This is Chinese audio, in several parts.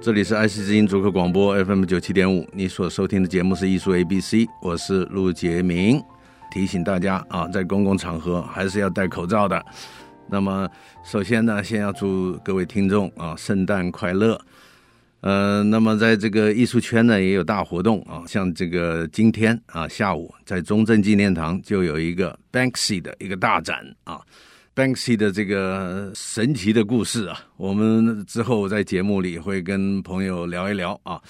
这里是爱惜之音逐客广播 FM 九七点五，你所收听的节目是艺术 A B C，我是陆杰明。提醒大家啊，在公共场合还是要戴口罩的。那么，首先呢，先要祝各位听众啊，圣诞快乐。呃，那么在这个艺术圈呢，也有大活动啊，像这个今天啊下午在中正纪念堂就有一个 Banksy 的一个大展啊。Banksy 的这个神奇的故事啊，我们之后在节目里会跟朋友聊一聊啊。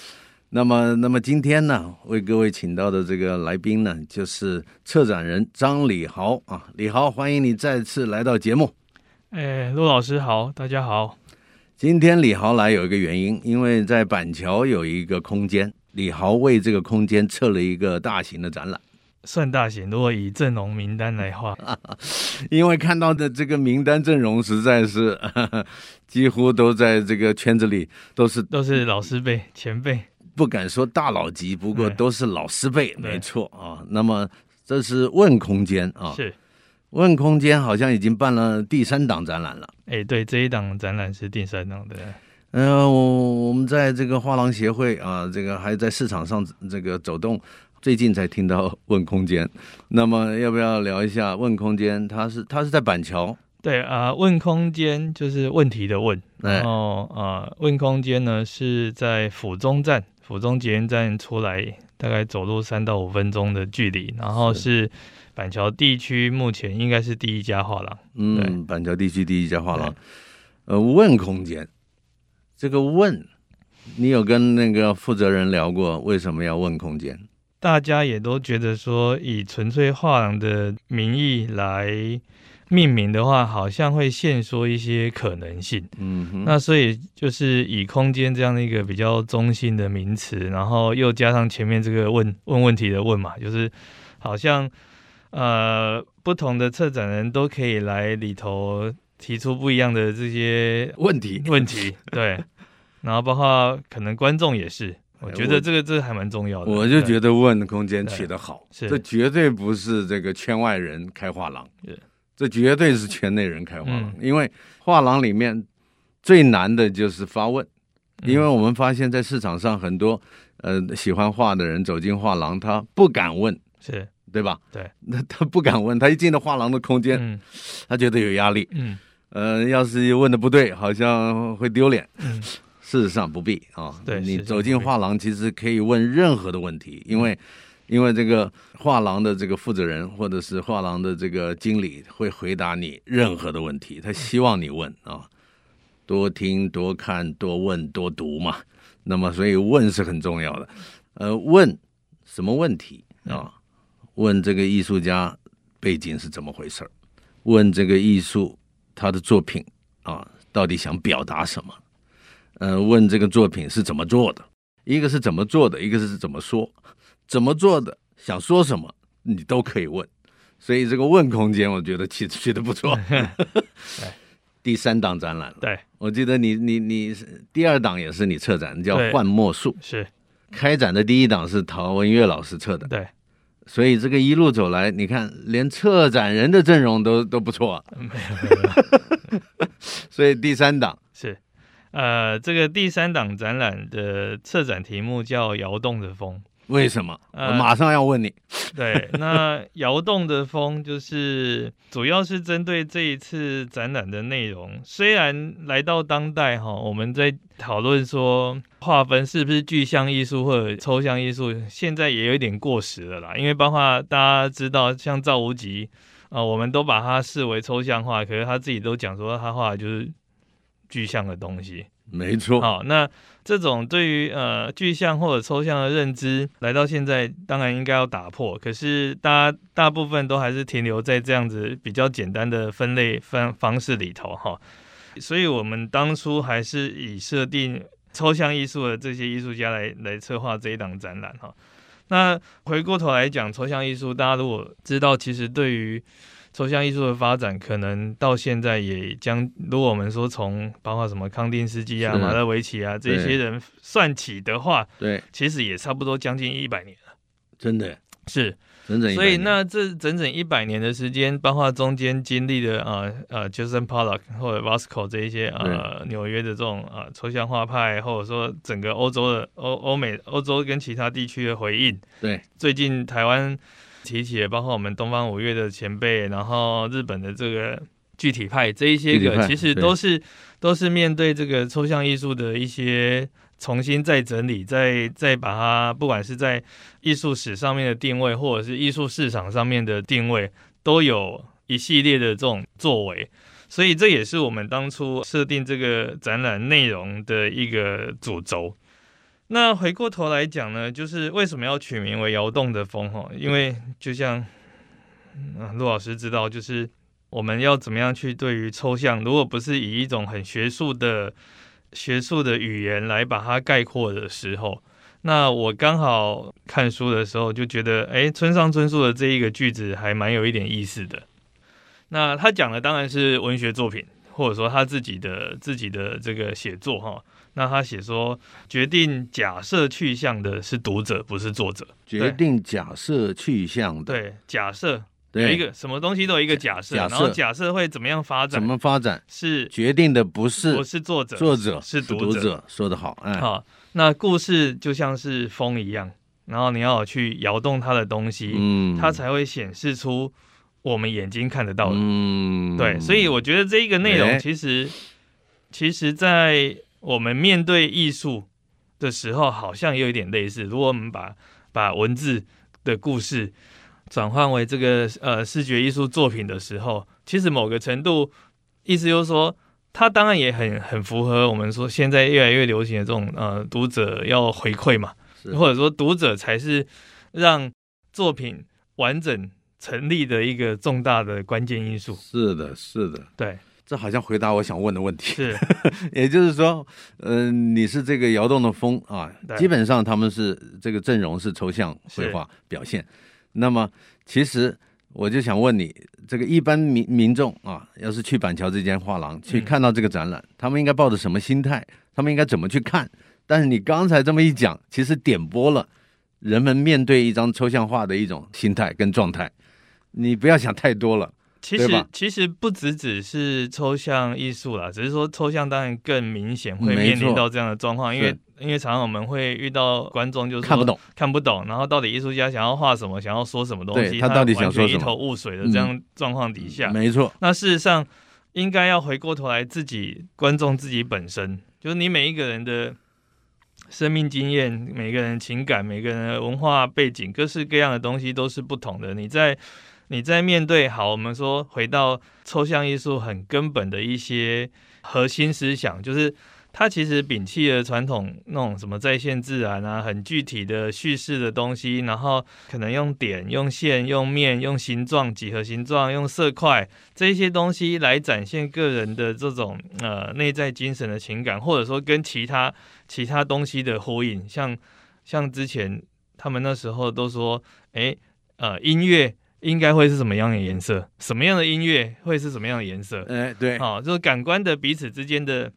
那么，那么今天呢，为各位请到的这个来宾呢，就是策展人张李豪啊。李豪，欢迎你再次来到节目。哎，陆老师好，大家好。今天李豪来有一个原因，因为在板桥有一个空间，李豪为这个空间策了一个大型的展览。算大型，如果以阵容名单来画，因为看到的这个名单阵容实在是 呵呵几乎都在这个圈子里都是都是老师辈、前辈。不敢说大佬级，不过对都是老师辈，对没错啊。那么这是问空间啊，是，问空间好像已经办了第三档展览了。哎，对，这一档展览是第三档的，嗯、我我们在这个画廊协会啊，这个还在市场上这个走动，最近才听到问空间。那么要不要聊一下问空间？它是它是在板桥，对啊、问空间就是问题的问，哎然后啊、问空间呢是在府中站，府中捷运站出来大概走路三到五分钟的距离，然后是板桥地区目前应该是第一家画廊，对嗯，板桥地区第一家画廊。呃，问空间，这个问，你有跟那个负责人聊过为什么要问空间？大家也都觉得说，以纯粹画廊的名义来命名的话，好像会限缩一些可能性。嗯哼，那所以就是以空间这样的一个比较中性的名词，然后又加上前面这个问问问题的问嘛，就是好像呃不同的策展人都可以来里头提出不一样的这些问 题，问题，对，然后包括可能观众也是，我哎觉我得这个这个还蛮重要的。我就对觉得问空间取得好，是这绝对不是这个圈外人开画廊是，嗯这绝对是圈内人开画廊，因为画廊里面最难的就是发问，嗯因为我们发现，在市场上很多呃喜欢画的人走进画廊，他不敢问，是。对吧？对，那 他不敢问，他一进到画廊的空间，嗯他觉得有压力，嗯呃，要是问的不对，好像会丢脸。嗯，事实上不必啊，对你事实上走进不必嗯画廊其实可以问任何的问题，因为因为这个画廊的这个负责人或者是画廊的这个经理会回答你任何的问题，他希望你问嗯啊，多听多看多问多读嘛。那么所以问是很重要的，呃，问什么问题嗯啊？问这个艺术家背景是怎么回事儿？问这个艺术他的作品啊，到底想表达什么？呃，问这个作品是怎么做的，一个是怎么做的，一个是怎么说，怎么做的，想说什么，你都可以问。所以这个问空间，我觉得其实觉得不 错。第三档展览了，对，我记得你你你是第二档也是你策展，叫对《幻墨术》。是开展的第一档是陶文岳老师策的，对，所以这个一路走来，你看连策展人的阵容都都不错啊、没有没有没有，所以第三档 是呃，这个第三档展览的策展题目叫“摇动的风为什么？我呃马上要问你，”。对，那“摇动的风”就是主要是针对这一次展览的内容。虽然来到当代哈，我们在讨论说划分是不是具象艺术或者抽象艺术，现在也有一点过时了啦。因为包括大家知道，像赵无极啊、呃我们都把它视为抽象化，可是他自己都讲说他画的就是具象的东西。没错，好，那这种对于呃具象或者抽象的认知，来到现在当然应该要打破，可是大家大部分都还是停留在这样子比较简单的分类方方式里头哈。所以我们当初还是以设定抽象艺术的这些艺术家来来策划这一档展览哈。那回过头来讲抽象艺术，大家如果知道，其实对于抽象艺术的发展，可能到现在也将，如果我们说从包括什么康定斯基啊、是马勒维奇啊这对些人算起的话，对，其实也差不多将近一百年了。真的是，整整一百所以年那这整整一百年的时间，包括中间经历的呃呃 Jason Pollock 或者 Vasco 这一些呃纽约的这种呃抽象画派，或者说整个欧洲的欧欧美欧洲跟其他地区的回应，对最近台湾提起的，包括我们东方五月的前辈，然后日本的这个具体派，这一些具体个派其实都是都是面对这个抽象艺术的一些重新再整理，再再把它，不管是在艺术史上面的定位，或者是艺术市场上面的定位，都有一系列的这种作为。所以这也是我们当初设定这个展览内容的一个主轴。那回过头来讲呢，就是为什么要取名为窑洞的风哈？因为就像嗯陆老师知道，就是我们要怎么样去对于抽象，如果不是以一种很学术的学术的语言来把它概括的时候，那我刚好看书的时候就觉得，哎，村上春树的这一个句子还蛮有一点意思的。那他讲的当然是文学作品，或者说他自己的自己的这个写作哈。那他写说，决定假设去向的是读者，不是作者。决定假设去向的，对，假设有对一个什么东西都有一个假设，假然后设假设会怎么样发怎展，么发展，是决定的不是我是作者，作者，是读读者者，说得好，哎，好，那故事就像是风一样，然后你要有去摇动它的东西，嗯，它才会显示出我们眼睛看得到的。嗯，对，所以我觉得这一个内容哎其实，其实，在我们面对艺术的时候，好像也有一点类似。如果我们把把文字的故事转换为这个呃视觉艺术作品的时候，其实某个程度，意思就是说，它当然也很很符合我们说现在越来越流行的这种呃读者要回馈嘛，是或者说读者才是让作品完整成立的一个重大的关键因素。是的，是的，对，这好像回答我想问的问题。是也就是说，呃，你是这个摇动的风啊对，基本上他们是这个阵容是抽象绘画表现。那么，其实我就想问你，这个一般民民众啊，要是去板桥这间画廊去嗯看到这个展览，他们应该抱着什么心态？他们应该怎么去看？但是你刚才这么一讲，其实点拨了人们面对一张抽象画的一种心态跟状态。你不要想太多了，其对实吧其实不只只是抽象艺术啦，只是说抽象当然更明显会嗯没面错临到这样的状况，因为是因为常常我们会遇到观众就是说看不懂，看不懂，然后到底艺术家想要画什么，想要说什么东西，对他到底想完说全什么嗯一头雾水的这样状况底下，没错，那事实上应该要回过头来自己观众自己本身，就是你每一个人的。生命经验、每个人的情感、每个人的文化背景，各式各样的东西都是不同的。你在你在面对好，我们说回到抽象艺术很根本的一些核心思想，就是它其实摒弃了传统那种什么在线自然啊，很具体的叙事的东西，然后可能用点、用线、用面、用形状、几何形状、用色块这些东西来展现个人的这种呃内在精神的情感，或者说跟其他其他东西的呼应，像像之前他们那时候都说，哎，呃，音乐应该会是什么样的颜色？什么样的音乐会是什么样的颜色？哎，对，好、哦就是感官的彼此之间的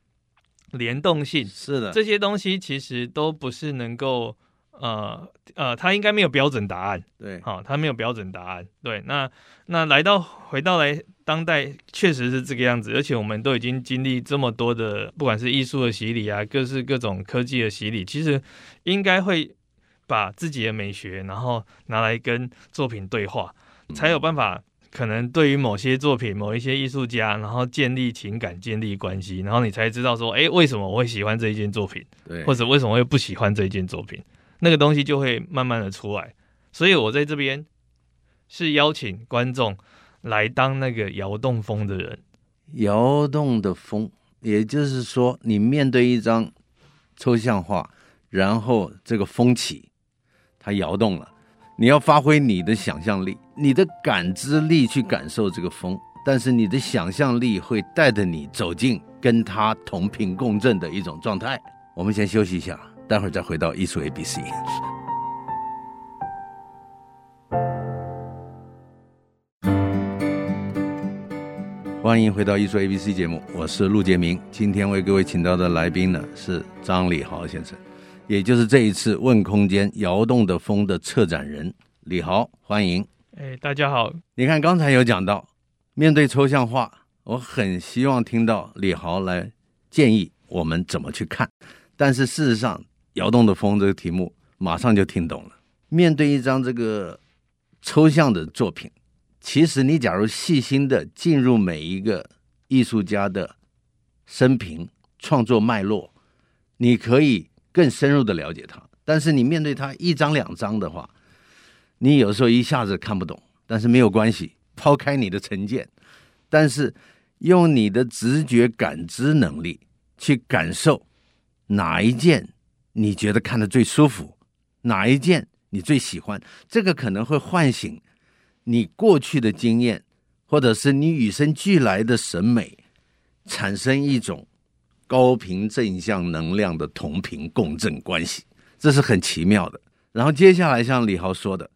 联动性，是的，这些东西其实都不是能够，呃呃，它应该没有标准答案，对，好、它没有标准答案。对，那那来到回到来当代，确实是这个样子，而且我们都已经经历这么多的，不管是艺术的洗礼啊，各式各种科技的洗礼，其实应该会把自己的美学，然后拿来跟作品对话，才有办法。可能对于某些作品、某一些艺术家，然后建立情感、建立关系，然后你才知道说，哎，为什么我会喜欢这一件作品？对，或者为什么会不喜欢这一件作品，那个东西就会慢慢的出来。所以我在这边是邀请观众来当那个摇动风的人，摇动的风，也就是说，你面对一张抽象画，然后这个风起，它摇动了，你要发挥你的想象力，你的感知力去感受这个风，但是你的想象力会带着你走进跟它同频共振的一种状态。我们先休息一下，待会儿再回到艺术 A B C。欢迎回到艺术 ABC 节目，我是陆杰明。今天为各位请到的来宾呢是张李豪先生，也就是这一次《问空间：摇动的风》的策展人李豪，欢迎。哎，大家好，你看刚才有讲到，面对抽象画，我很希望听到李豪来建议我们怎么去看。但是事实上，摇动的风这个题目马上就听懂了。面对一张这个抽象的作品，其实你假如细心的进入每一个艺术家的生平、创作脉络，你可以更深入的了解他。但是你面对他一张两张的话，你有时候一下子看不懂，但是没有关系，抛开你的成见，但是用你的直觉感知能力去感受哪一件你觉得看的最舒服，哪一件你最喜欢，这个可能会唤醒你过去的经验，或者是你与生俱来的审美，产生一种高频正向能量的同频共振关系，这是很奇妙的。然后接下来像李豪说的，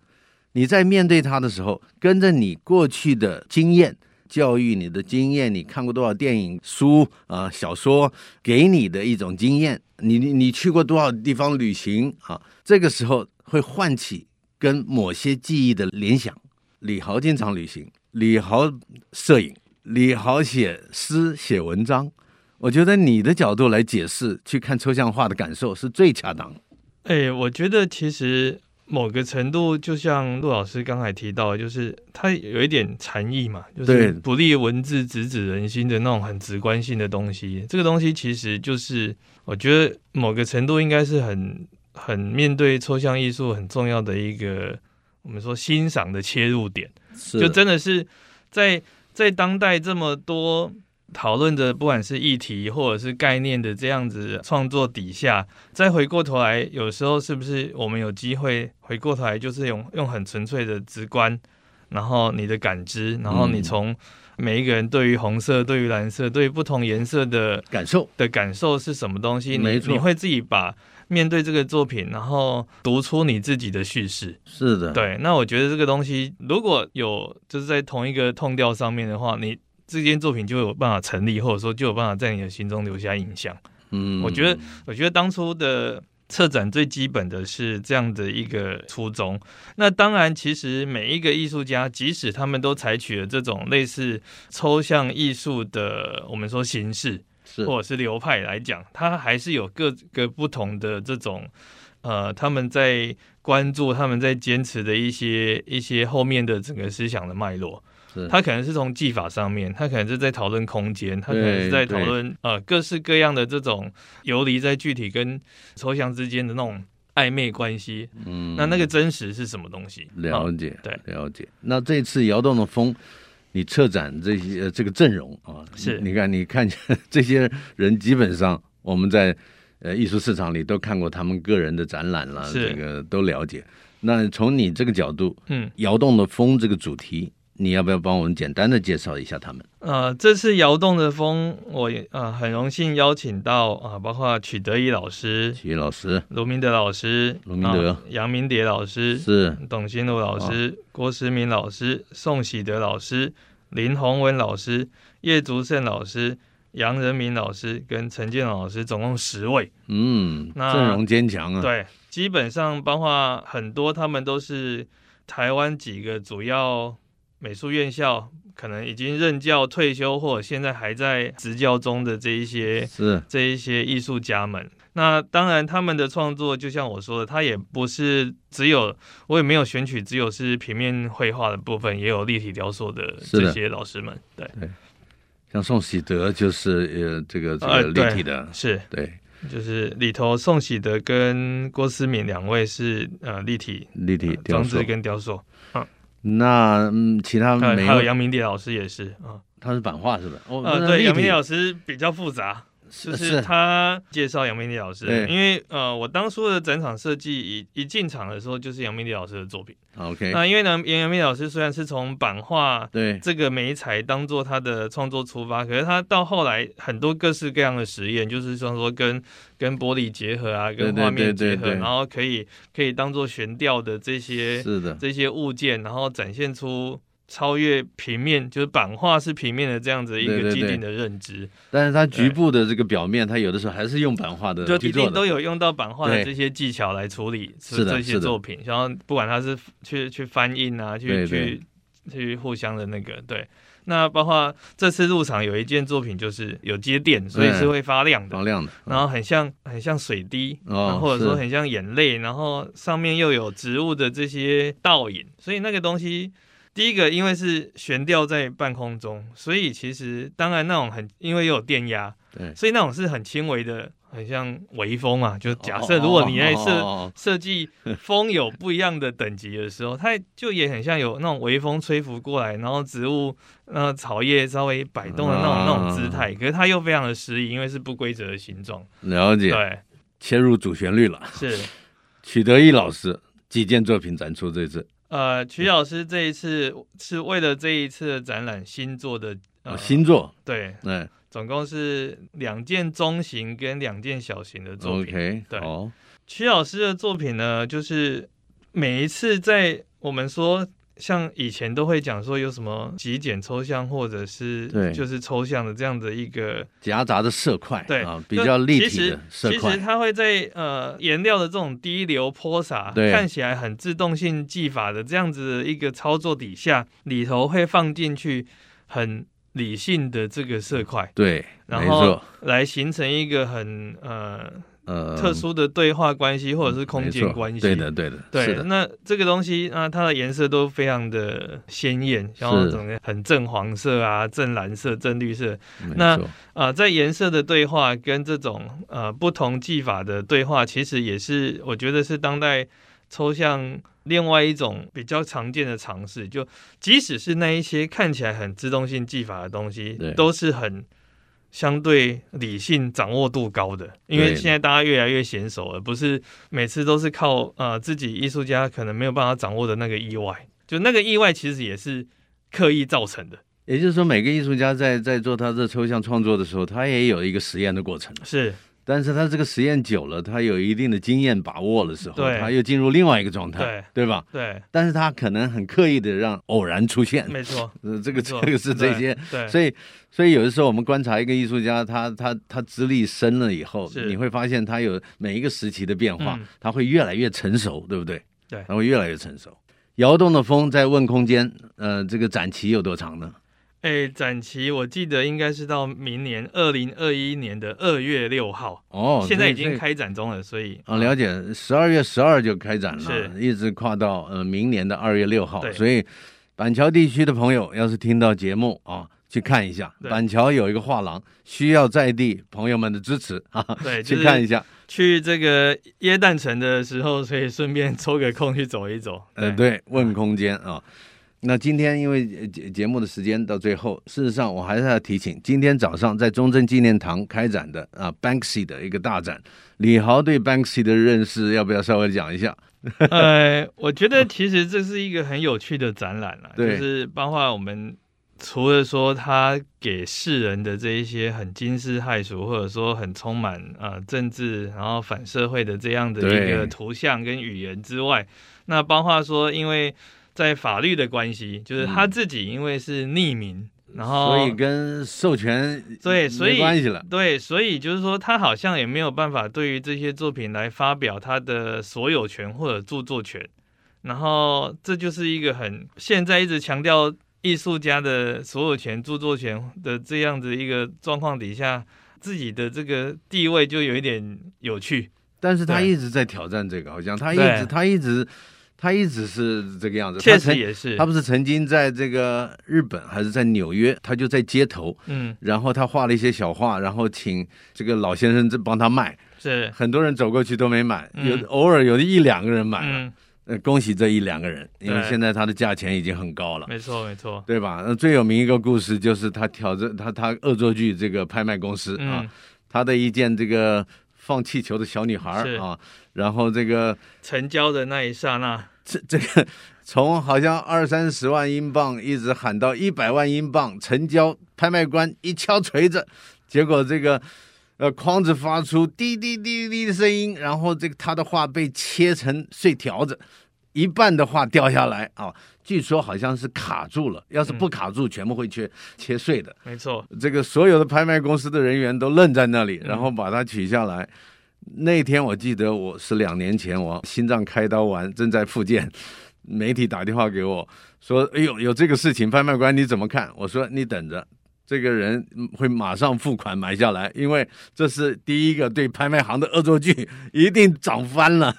你在面对它的时候，跟着你过去的经验、教育你的经验，你看过多少电影、书啊、小说，给你的一种经验，你你你去过多少地方旅行啊？这个时候会唤起跟某些记忆的联想。李豪经常旅行，李豪摄影，李豪写诗、写文章。我觉得你的角度来解释去看抽象画的感受是最恰当的。哎，我觉得其实某个程度，就像陆老师刚才提到的，就是它有一点禅意嘛，就对是不利文字直指人心的那种很直观性的东西。这个东西其实就是，我觉得某个程度应该是很很面对抽象艺术很重要的一个我们说欣赏的切入点。是就真的是在在当代这么多讨论着不管是议题或者是概念的这样子创作底下，再回过头来，有时候是不是我们有机会回过头来，就是用用很纯粹的直观，然后你的感知，然后你嗯从每一个人对于红色、对于蓝色、对于不同颜色的感受。的感受是什么东西，你没错你会自己把面对这个作品，然后读出你自己的叙事。是的，对，那我觉得这个东西如果有就是在同一个痛调上面的话，你这件作品就有办法成立，或者说就有办法在你的心中留下印象。嗯我觉得，我觉得当初的策展最基本的是这样的一个初衷。那当然，其实每一个艺术家，即使他们都采取了这种类似抽象艺术的我们说形式，是或者是流派来讲，它还是有各个不同的这种，呃，他们在关注、他们在坚持的一些一些后面的整个思想的脉络。是它可能是从技法上面，它可能是在讨论空间，它可能对是在讨论呃各式各样的这种游离在具体跟抽象之间的那种暧昧关系。嗯那那个真实是什么东西？了啊解，对了解。那这次摇动的风，你策展这些呃这个阵容啊，是你你看你看 这些人基本上我们在呃艺术市场里都看过他们个人的展览啦，是这个都了解。那从你这个角度，嗯。摇动的风这个主题，你要不要帮我们简单的介绍一下他们？呃，这次摇动的风，我也呃很荣幸邀请到啊、包括曲德一老师、体育老师卢明德老师、卢明德啊杨明蝶老师、是董新路老师、啊郭时明老师、宋喜德老师、林宏文老师、叶竹胜老师、杨仁明老师跟陈建朗老师，总共十位。嗯，那阵容坚强啊，对，基本上包括很多，他们都是台湾几个主要美术院校，可能已经任教退休或者现在还在执教中的这一些是这一些艺术家们。那当然，他们的创作就像我说的，它也不是只有我也没有选取只有是平面绘画的部分，也有立体雕塑的是的这些老师们。对，像宋喜德就是呃这个这呃个对立体的，是对就是里头宋喜德跟郭思敏两位是呃立体呃立体装雕塑置。跟雕塑。那嗯，其他还没有还有杨明烈老师也是啊，他是版画是吧？哦，呃，那对，立杨明体烈老师比较复杂，就是是他介绍杨明烈老师对，因为呃，我当初的展场设计一一进场的时候就是杨明烈老师的作品， OK，那因为呢，杨杨明烈老师虽然是从版画对这个媒材当做他的创作出发，可是他到后来很多各式各样的实验，就是像说跟跟玻璃结合啊，对跟对画面结对合，对对然后可以可以当做悬吊的这些是的，这些物件，然后展现出超越平面，就是版画是平面的这样子一对个对既对定的认知，但是它局部的这个表面，它有的时候还是用版画的就去一做定的都。有用到版画的对这些技巧来处理是的这是些的作品，然后不管他是去去翻印啊，去对对去去互相的那个对。那包括这次入场有一件作品就是有接电，所以是会发亮的，光亮的，然后很像很像水滴，嗯哦或者说是很像眼泪，然后上面又有植物的这些倒影，所以那个东西，第一个因为是悬吊在半空中，所以其实当然那种很因为又有电压，对所以那种是很轻微的，很像微风啊。就假设如果你在哦哦哦设哦设计风有不一样的等级的时候，它就也很像有那种微风吹拂过来，然后植物呃草叶稍微摆动的那种啊那种姿态，可是它又非常的诗意，因为是不规则的形状。了解， 对，切入主旋律了。是。曲德义老师几件作品展出这次，呃，曲老师这一次是为了这一次的展览新做的，啊，呃，新作，对，哎总共是两件中型跟两件小型的作品。 ，OK，对哦，曲老师的作品呢，就是每一次在我们说。像以前都会讲说有什么极简抽象或者是对就是抽象的这样的一个夹杂的色块，对啊，比就较立其体实的色其实块，它会在呃颜料的这种滴流泼洒，对看起来很自动性技法的这样子的一个操作底下，里头会放进去很理性的这个色块，对，没然后错，来形成一个很呃呃，特殊的对话关系或者是空没间错关系。对的，。对的，对是，的，那这个东西啊，它的颜色都非常的鲜艳，然后是整个很正黄色啊、正蓝色、正绿色，没那错，啊，在颜色的对话跟这种呃不同技法的对话，其实也是我觉得是当代抽象另外一种比较常见的尝试。就即使是那一些看起来很自动性技法的东西对，都是很相对理性、掌握度高的，因为对现在大家越来越娴熟了，不是每次都是靠呃自己艺术家可能没有办法掌握的那个意外，就那个意外其实也是刻意造成的。也就是说，每个艺术家在在做他的抽象创作的时候，他也有一个实验的过程，是但是他这个实验久了，他有一定的经验把握的时候，对他又进入另外一个状态，对吧？对，但是他可能很刻意的让偶然出现，没错。呃，这没个这错个是这些，对，所以，所以有的时候我们观察一个艺术家，他他他资历深了以后，是你会发现他有每一个时期的变化，嗯他会越来越成熟，对不对？对他会越来越成熟。窑洞的风在问空间，呃，这个展期有多长呢？哎，展期我记得应该是到明年二零二一年的二月六号，哦，现在已这经个开展中了，所以啊，了解，十二月十二就开展是了，一直跨到呃明年的二月六号，对所以板桥地区的朋友要是听到节目啊，去看一下，对板桥有一个画廊，需要在地朋友们的支持啊，对就去是看一下，去这个耶诞城的时候，所以顺便抽个空去走一走。呃，对，问空间啊。那今天因为呃节节目的时间到最后，事实上我还是要提醒，今天早上在中正纪念堂开展的啊 Banksy 的一个大展，李豪对 Banksy 的认识要不要稍微讲一下？ 呃，我觉得其实这是一个很有趣的展览啦，就对是包括我们除了说他给世人的这一些很惊世骇俗，或者说很充满呃政治然后反社会的这样的一对个图像跟语言之外，那包括说因为在法律的关系，就是他自己因为是匿名，然后嗯所以跟授权哦对，所没以关系了，对，所以就是说，他好像也没有办法对于这些作品来发表他的所有权或者著作权。然后，这就是一个很现在一直强调艺术家的所有权、著作权的这样子一个状况底下，自己的这个地位就有一点有趣。但是他对一直在挑战这个，好像他一对直他一直他一直是这个样子，确他实曾也是他，不是曾经在这个日本还是在纽约，他就在街头，嗯，然后他画了一些小画，然后请这个老先生这帮他卖，是，很多人走过去都没买，嗯有偶尔有一两个人买了，嗯，呃，恭喜这一两个人，因为对现在它的价钱已经很高了。没错没错，对吧？那最有名一个故事就是他挑战他他恶作剧这个拍卖公司啊，嗯，他的一件这个放气球的小女孩是儿啊，然后这个成交的那一刹那，这这个从好像二三十万英镑一直喊到一百万英镑成交，拍卖官一敲锤子，结果这个呃框子发出滴滴滴滴的声音，然后这个他的画被切成碎条子，一半的画掉下来啊，据说好像是卡住了，要是不卡住，全部会切切碎的。没错，这个所有的拍卖公司的人员都愣在那嗯里，然后把它取下来。那天我记得我是两年前，我心脏开刀完，正在复健，媒体打电话给我说：“哎呦，有这个事情，拍卖官你怎么看？”我说：“你等着。”这个人会马上付款买下来，因为这是第一个对拍卖行的恶作剧， 一定涨翻了。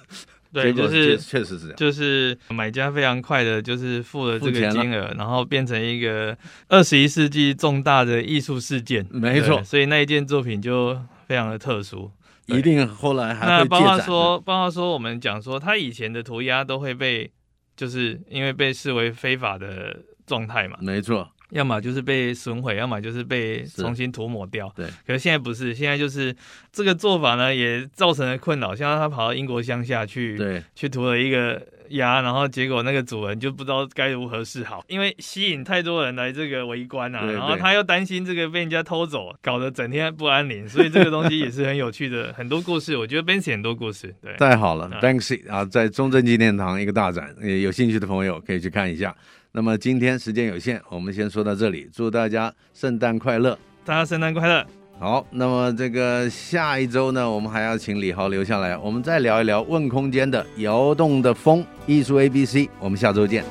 对，结果就确是确实是这样。就是买家非常快的，就是付了付这个钱了金额，然后变成一个二十一世纪重大的艺术事件。没错对所以那一件作品就非常的特殊。对一定后来还那会借包括展的。说，包括说，我们讲说，他以前的涂鸦都会被，就是因为被视为非法的状态嘛，没错，要么就是被损毁，要么就是被是重新涂抹掉。对，可是现在不是，现在就是这个做法呢，也造成了困扰，像他跑到英国乡下去，对，去涂了一个鸭，然后结果那个主人就不知道该如何是好，因为吸引太多人来这个围观啊，对然后对他又担心这个被人家偷走，搞得整天不安宁，所以这个东西也是很有趣的，很多故事，我觉得 Benson 很多故事，对，太好了嗯，Banksy 啊，在中正纪念堂一个大展，呃有兴趣的朋友可以去看一下。那么今天时间有限，我们先说到这里，祝大家圣诞快乐。大家圣诞快乐，好，那么这个下一周呢，我们还要请李豪留下来，我们再聊一聊问空间的摇动的风艺术 A B C。我们下周见。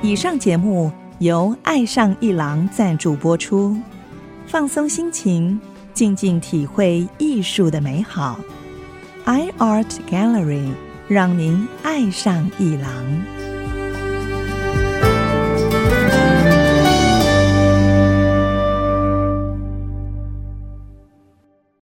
以上节目由爱上一郎赞助播出，放松心情，静静体会艺术的美好。iArt Gallery 让您爱上一郎。